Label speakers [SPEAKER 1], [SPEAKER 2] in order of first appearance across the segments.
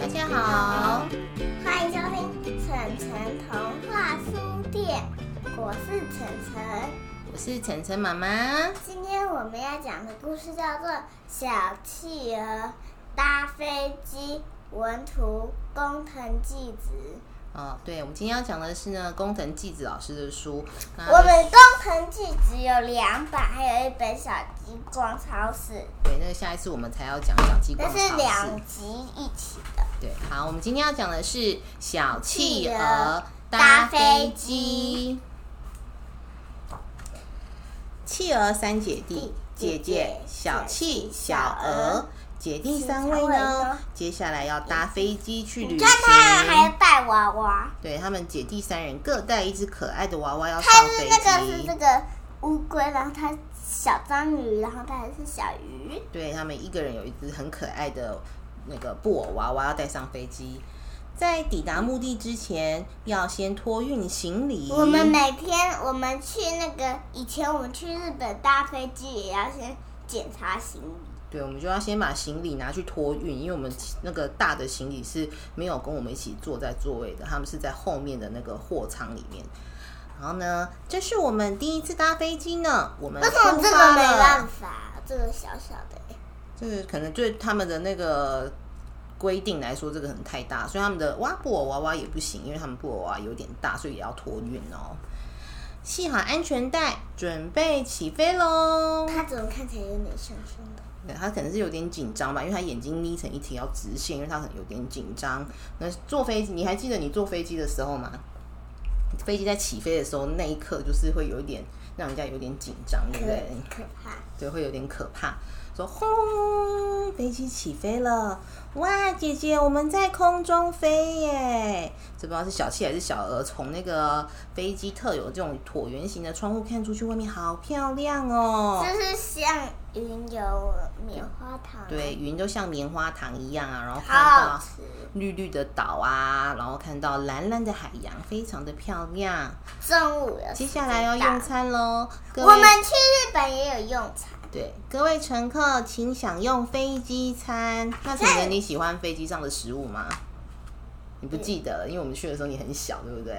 [SPEAKER 1] 大家好，
[SPEAKER 2] 欢迎收听晨晨童话书店，我是晨晨。
[SPEAKER 1] 我是晨晨妈妈。
[SPEAKER 2] 今天我们要讲的故事叫做《小企鹅搭飞机》，文图工藤纪子。
[SPEAKER 1] 哦，对，我们今天要讲的是呢，工藤纪子老师的书。那
[SPEAKER 2] 我们工藤纪子有两版，还有一本《小极光超市》，
[SPEAKER 1] 对，那个下一次我们才要讲小鸡
[SPEAKER 2] 这
[SPEAKER 1] 光
[SPEAKER 2] 是
[SPEAKER 1] 超市。
[SPEAKER 2] 两集一起的。
[SPEAKER 1] 对，好，我们今天要讲的是小企
[SPEAKER 2] 企
[SPEAKER 1] 鹅
[SPEAKER 2] 鹅
[SPEAKER 1] 搭
[SPEAKER 2] 搭
[SPEAKER 1] 飞
[SPEAKER 2] 飞
[SPEAKER 1] 机
[SPEAKER 2] 机。
[SPEAKER 1] 企鹅三姐弟，姐
[SPEAKER 2] 姐
[SPEAKER 1] 姐
[SPEAKER 2] 姐
[SPEAKER 1] 小
[SPEAKER 2] 小
[SPEAKER 1] 企、
[SPEAKER 2] 企
[SPEAKER 1] 小
[SPEAKER 2] 小
[SPEAKER 1] 鹅
[SPEAKER 2] 鹅，
[SPEAKER 1] 姐弟三
[SPEAKER 2] 三
[SPEAKER 1] 位
[SPEAKER 2] 位
[SPEAKER 1] 呢
[SPEAKER 2] 呢，
[SPEAKER 1] 接下来要搭飞机去旅
[SPEAKER 2] 你
[SPEAKER 1] 行
[SPEAKER 2] 看。他还带娃娃，
[SPEAKER 1] 对他们姐弟三人各带一只可爱的娃娃要
[SPEAKER 2] 他
[SPEAKER 1] 上
[SPEAKER 2] 是
[SPEAKER 1] 飞
[SPEAKER 2] 那个是
[SPEAKER 1] 机
[SPEAKER 2] 这。个乌龟，然后它小章鱼，然后它还是小鱼。
[SPEAKER 1] 对他们一个人有一只很可爱的那个布偶娃娃要带上飞机。在抵达目的之前，要先托运行李。
[SPEAKER 2] 我们每天我们去那个以前我们去日本搭飞机也要先检查行李，
[SPEAKER 1] 对，我们就要先把行李拿去托运，因为我们那个大的行李是没有跟我们一起坐在座位的，他们是在后面的那个货舱里面。然后呢，这是我们第一次搭飞机呢，我们
[SPEAKER 2] 为什么
[SPEAKER 1] 出
[SPEAKER 2] 这个
[SPEAKER 1] 发
[SPEAKER 2] 没
[SPEAKER 1] 了
[SPEAKER 2] 办法？这个小小的欸，
[SPEAKER 1] 这个可能对他们的那个规定来说，这个可能太大，所以他们的哇布偶娃娃也不行，因为他们布偶娃娃有点大，所以也要托运哦。系好安全带，准备起飞喽！
[SPEAKER 2] 它怎么看起来有点凶凶的？
[SPEAKER 1] 对他可能是有点紧张吧，因为他眼睛眯成一条直线，因为他可能有点紧张。那坐飞机，你还记得你坐飞机的时候吗？飞机在起飞的时候，那一刻就是会有一点让人家有点紧张，对不
[SPEAKER 2] 可
[SPEAKER 1] 对？
[SPEAKER 2] 可怕！
[SPEAKER 1] 对，会有点可怕。说轰，飞机起飞了！哇，姐姐，我们在空中飞耶！这不知道是小气还是小鹅，从那个飞机特有这种椭圆形的窗户看出去，外面好漂亮哦。
[SPEAKER 2] 就是像云游棉花糖，
[SPEAKER 1] 对，，云就像棉花糖一样啊，然后
[SPEAKER 2] 好
[SPEAKER 1] 看
[SPEAKER 2] 好
[SPEAKER 1] 到
[SPEAKER 2] 吃。
[SPEAKER 1] 绿绿的岛啊，然后看到蓝蓝的海洋，非常的漂亮。
[SPEAKER 2] 中午的
[SPEAKER 1] 接下来要
[SPEAKER 2] 时间到
[SPEAKER 1] 用，餐喽，各
[SPEAKER 2] 我
[SPEAKER 1] 位
[SPEAKER 2] 们去日本也有用餐。
[SPEAKER 1] 对，各位乘客，请享用飞机餐。那陈晨，你喜欢飞机上的食物吗？你不记得了，因为我们去的时候你很小，对不对？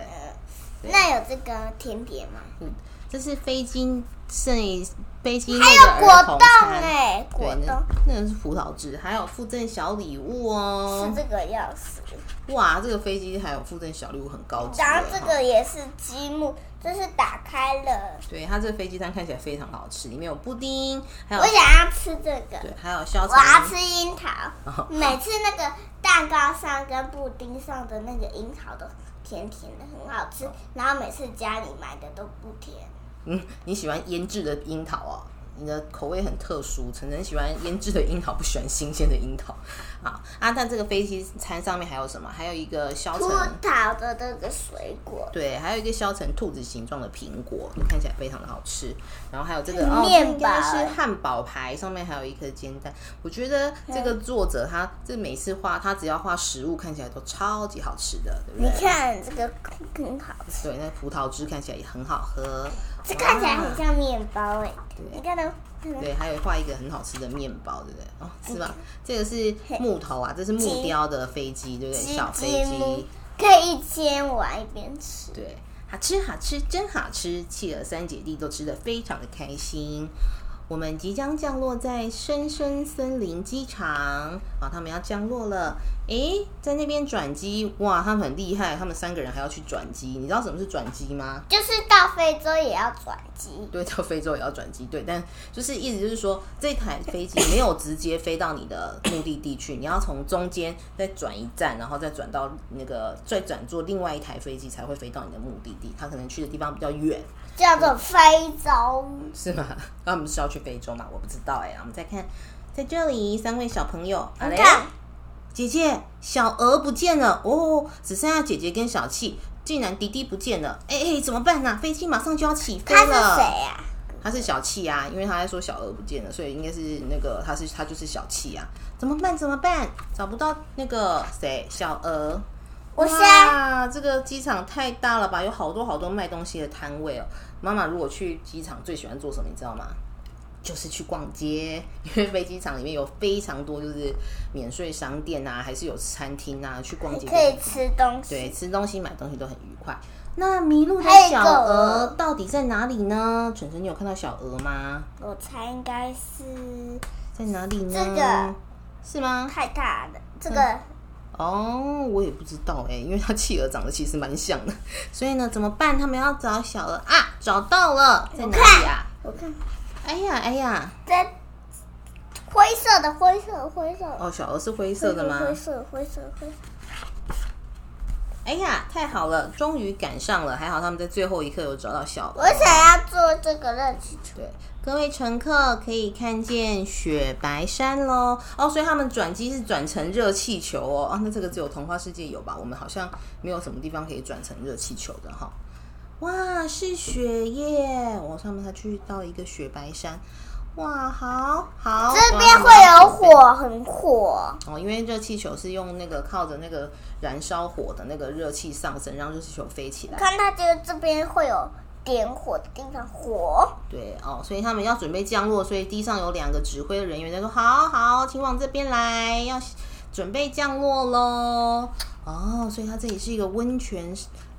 [SPEAKER 1] 对
[SPEAKER 2] 那有这个甜点吗？
[SPEAKER 1] 嗯，这是飞机剩飞机内
[SPEAKER 2] 还
[SPEAKER 1] 的
[SPEAKER 2] 有果
[SPEAKER 1] 儿童
[SPEAKER 2] 冻
[SPEAKER 1] 餐。
[SPEAKER 2] 哎、果
[SPEAKER 1] 对，
[SPEAKER 2] 冻
[SPEAKER 1] 那那个是葡萄汁，还有附赠小礼物哦
[SPEAKER 2] 是。这个钥匙，
[SPEAKER 1] 哇，这个飞机还有附赠小礼物，很高级耶。
[SPEAKER 2] 然后这
[SPEAKER 1] 哈
[SPEAKER 2] 个也是积木，这是打开了。
[SPEAKER 1] 对它这个飞机餐看起来非常好吃，里面有布丁，还有
[SPEAKER 2] 我想要吃这个，
[SPEAKER 1] 哦对，还有消
[SPEAKER 2] 我要
[SPEAKER 1] 肠
[SPEAKER 2] 吃樱桃。
[SPEAKER 1] 哦
[SPEAKER 2] 每次那个蛋糕上跟布丁上的那个樱桃都甜甜的，很好
[SPEAKER 1] 哦
[SPEAKER 2] 吃。然后每次家里买的都不甜，
[SPEAKER 1] 嗯，你喜欢腌制的樱桃哦，你的口味很特殊。晨晨喜欢腌制的樱桃，不喜欢新鲜的樱桃。好啊，但这个飞机餐上面还有什么？还有一个削
[SPEAKER 2] 葡
[SPEAKER 1] 成，
[SPEAKER 2] 萄的这个水果，
[SPEAKER 1] 对，还有一个削成兔子形状的苹果，看起来非常的好吃。然后还有这个
[SPEAKER 2] 很
[SPEAKER 1] 哦，这
[SPEAKER 2] 面
[SPEAKER 1] 应该
[SPEAKER 2] 包
[SPEAKER 1] 是
[SPEAKER 2] 欸
[SPEAKER 1] 汉堡排，上面还有一颗煎蛋。我觉得这个作者他这每次画，他只要画食物，看起来都超级好吃的，对不
[SPEAKER 2] 你
[SPEAKER 1] 对？
[SPEAKER 2] 看这个很好吃，
[SPEAKER 1] 对，那葡萄汁看起来也很好喝，
[SPEAKER 2] 这看起来
[SPEAKER 1] 哇
[SPEAKER 2] 很像面包
[SPEAKER 1] 哦
[SPEAKER 2] 哎、你看到？
[SPEAKER 1] 对，还有画一个很好吃的面包，对不对？哦，是
[SPEAKER 2] 嗯
[SPEAKER 1] 吧？这个是木头啊，这是木雕的飞机，对不对？
[SPEAKER 2] 鸡
[SPEAKER 1] 小飞机
[SPEAKER 2] 木，可以一边玩一边吃。
[SPEAKER 1] 对，好吃好吃，真好吃！企鹅三姐弟都吃的非常的开心。我们即将降落在深深森林机场，啊，他们要降落了。诶，在那边转机，哇，他们很厉害，他们三个人还要去转机。你知道什么是转机吗？
[SPEAKER 2] 就是到非洲也要转机，
[SPEAKER 1] 对，到非洲也要转机，对，但就是意思就是说，这台飞机没有直接飞到你的目的地去，你要从中间再转一站，然后再转到那个再转坐另外一台飞机才会飞到你的目的地。他可能去的地方比较远，
[SPEAKER 2] 叫做非洲。
[SPEAKER 1] 是吗？ 那我们是要去非洲嘛？我不知道哎、我们再看，在这里三位小朋友，啊
[SPEAKER 2] 你
[SPEAKER 1] 嘞
[SPEAKER 2] 看，
[SPEAKER 1] 姐姐，小鹅不见了哦，只剩下姐姐跟小气，竟然迪迪不见了，哎、哎、怎么办呢、飞机马上就要起飞
[SPEAKER 2] 他
[SPEAKER 1] 了。
[SPEAKER 2] 是谁啊呀、
[SPEAKER 1] 他是小气啊，因为他在说小鹅不见了，所以应该是那个他是他就是小气啊，怎么办？怎么办？找不到那个谁小鹅，
[SPEAKER 2] 我现在
[SPEAKER 1] 哇，这个机场太大了吧，有好多好多卖东西的摊位哦。妈妈如果去机场最喜欢做什么，你知道吗？就是去逛街， 因为飞机场里面有非常多就是免税商店啊，还是有餐厅啊，去逛街
[SPEAKER 2] 可以吃东
[SPEAKER 1] 对，
[SPEAKER 2] 西，
[SPEAKER 1] 吃东西买东西都很愉快。那迷路的
[SPEAKER 2] 还有一
[SPEAKER 1] 小
[SPEAKER 2] 个
[SPEAKER 1] 鹅
[SPEAKER 2] 鹅
[SPEAKER 1] 到底在哪里呢？晨晨，你有看到小鹅吗？
[SPEAKER 2] 我猜应该是
[SPEAKER 1] 在哪里呢？
[SPEAKER 2] 这个
[SPEAKER 1] 是吗？
[SPEAKER 2] 太大的这个
[SPEAKER 1] 哦，我也不知道哎、因为它企鹅长得其实蛮像的， 所以呢，怎么办？他们要找小鹅啊，找到了，嗯在哪里啊呀、
[SPEAKER 2] 我看
[SPEAKER 1] 哎呀，哎呀，
[SPEAKER 2] 在灰色的灰色灰色
[SPEAKER 1] 哦，小鹅是灰色的吗？
[SPEAKER 2] 灰色灰色灰色，
[SPEAKER 1] 哎呀，太好了，终于赶上了，还好他们在最后一刻有找到小鹅
[SPEAKER 2] 我。想要做这个热气球，
[SPEAKER 1] 对，各位乘客可以看见雪白山喽。哦，所以他们转机是转成热气球哦。啊，那这个只有童话世界有吧？我们好像没有什么地方可以转成热气球的哈。哇，是雪耶！我上面他去到一个雪白山，哇，好好。
[SPEAKER 2] 这
[SPEAKER 1] 哇
[SPEAKER 2] 边会有火，很火，
[SPEAKER 1] 哦，因为热气球是用那个靠着那个燃烧火的那个热气上升，让热气球飞起来。
[SPEAKER 2] 看到这个这边会有点火的地方火，
[SPEAKER 1] 对哦，所以他们要准备降落，所以地上有两个指挥人员在说：“好好，请往这边来，要准备降落喽。”哦，所以它这里是一个温泉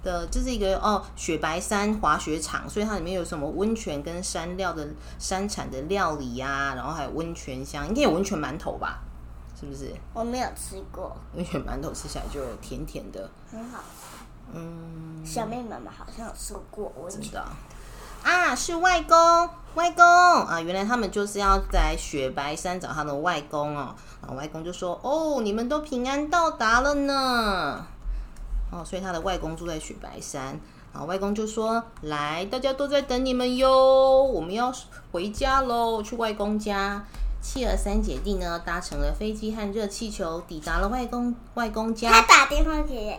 [SPEAKER 1] 的，这是一个哦雪白山滑雪场，所以它里面有什么温泉跟山料的山产的料理呀、然后还有温泉乡，应该有温泉馒头吧？是不是？
[SPEAKER 2] 我没有吃过，
[SPEAKER 1] 温泉馒头吃起来就甜甜的，
[SPEAKER 2] 很好吃。
[SPEAKER 1] 嗯，
[SPEAKER 2] 小妹妹们好像有说过，我
[SPEAKER 1] 真
[SPEAKER 2] 觉
[SPEAKER 1] 的啊，是外公，外公啊，原来他们就是要在雪白山找他的外公哦。啊，外公就说：“哦，你们都平安到达了呢。”哦，所以他的外公住在雪白山。啊，外公就说：“来，大家都在等你们哟，我们要回家喽，去外公家。”契儿三姐弟呢，搭乘了飞机和热气球，抵达了外公外公家。
[SPEAKER 2] 他打电话给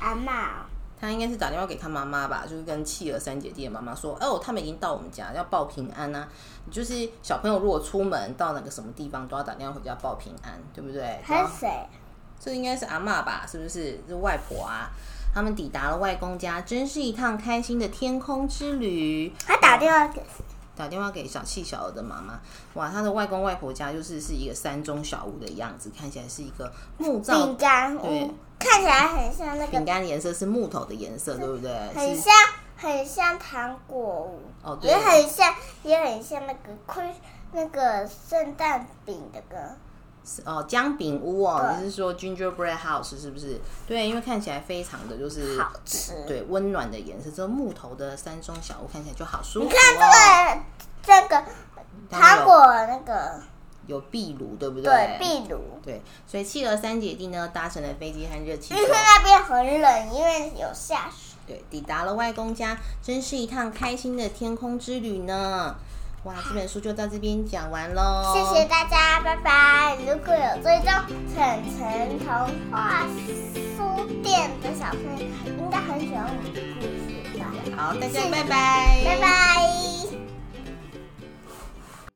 [SPEAKER 2] 阿妈、哦，
[SPEAKER 1] 他应该是打电话给他妈妈吧，就是跟企鹅三姐弟的妈妈说，哦，他们已经到我们家，要报平安啊。就是小朋友如果出门到哪个什么地方，都要打电话回家报平安，对不对？
[SPEAKER 2] 他是
[SPEAKER 1] 啊
[SPEAKER 2] 谁？
[SPEAKER 1] 这应该是阿嬷吧，是不是？是外婆啊。他们抵达了外公家，真是一趟开心的天空之旅。
[SPEAKER 2] 他打电话给
[SPEAKER 1] 打电话给小气小儿的妈妈，哇，他的外公外婆家就是是一个山中小屋的样子，看起来是一个木造
[SPEAKER 2] 饼干
[SPEAKER 1] 对
[SPEAKER 2] 屋，看起来很像那
[SPEAKER 1] 饼
[SPEAKER 2] 个，
[SPEAKER 1] 干的颜色是木头的颜色，对不对？
[SPEAKER 2] 很
[SPEAKER 1] 是
[SPEAKER 2] 像很像糖果屋，
[SPEAKER 1] 哦，对
[SPEAKER 2] 也，很像也很像那个亏那个圣诞饼的歌。
[SPEAKER 1] 哦，姜饼屋哦，
[SPEAKER 2] 对
[SPEAKER 1] 你是说 gingerbread house 是不是？对，因为看起来非常的就是
[SPEAKER 2] 好吃
[SPEAKER 1] 对，温暖的颜色，这木头的山中小屋看起来就好舒服、哦。
[SPEAKER 2] 看这个这个
[SPEAKER 1] 它还有
[SPEAKER 2] 糖果那个
[SPEAKER 1] 有壁炉，对不对？
[SPEAKER 2] 对壁炉，
[SPEAKER 1] 对，所以企鹅三姐弟呢搭乘了飞机和热气
[SPEAKER 2] 因
[SPEAKER 1] 球
[SPEAKER 2] 为，那边很冷，因为有下雪。
[SPEAKER 1] 对，抵达了外公家，真是一趟开心的天空之旅呢。哇，这本书就到这边讲完喽，
[SPEAKER 2] 谢谢大家，拜拜！如果有追踪晨晨童话书店的小朋友，应该很喜欢我们的故事吧？
[SPEAKER 1] 好，大
[SPEAKER 2] 谢
[SPEAKER 1] 家
[SPEAKER 2] 谢
[SPEAKER 1] 拜拜，
[SPEAKER 2] 拜拜。